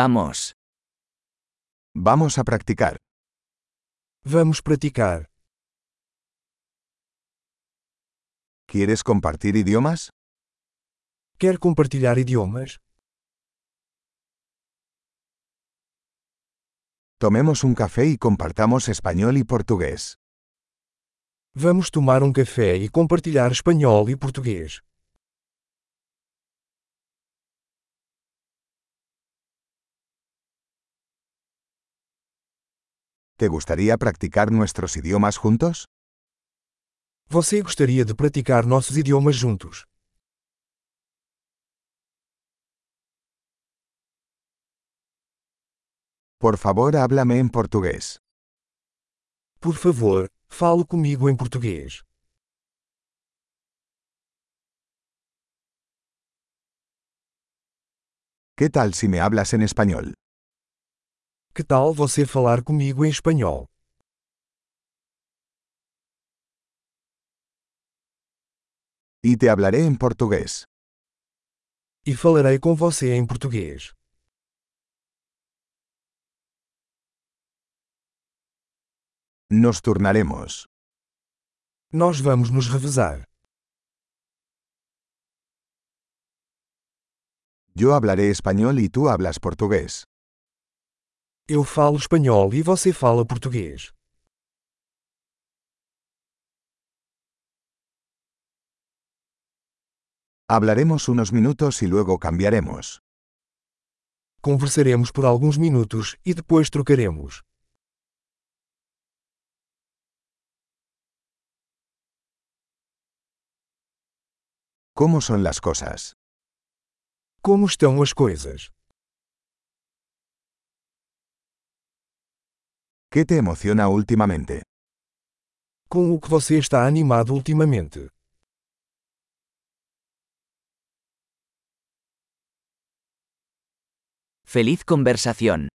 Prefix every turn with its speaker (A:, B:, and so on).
A: Vamos.
B: Vamos a practicar.
C: Vamos praticar.
B: ¿Quieres compartir idiomas?
C: Quer compartilhar idiomas?
B: Tomemos un café y compartamos español y portugués.
C: Vamos tomar um café e compartilhar espanhol e português.
B: ¿Te gustaría practicar nuestros idiomas juntos?
C: Você gostaria de praticar nossos idiomas juntos?
B: Por favor, háblame en portugués.
C: Por favor, fale comigo em português.
B: ¿Qué tal si me hablas en español?
C: Que tal você falar comigo em espanhol?
B: Y te hablaré en portugués.
C: E falarei com você em português.
B: Nos turnaremos.
C: Nós vamos nos revezar.
B: Yo hablaré español y tú hablas portugués.
C: Eu falo espanhol e você fala português.
B: Hablaremos unos minutos y luego cambiaremos.
C: Conversaremos por alguns minutos e depois trocaremos.
B: ¿Cómo son las cosas?
C: Como estão as coisas?
B: ¿Qué te emociona últimamente?
C: Com o que você está animado ultimamente?
A: Feliz conversación.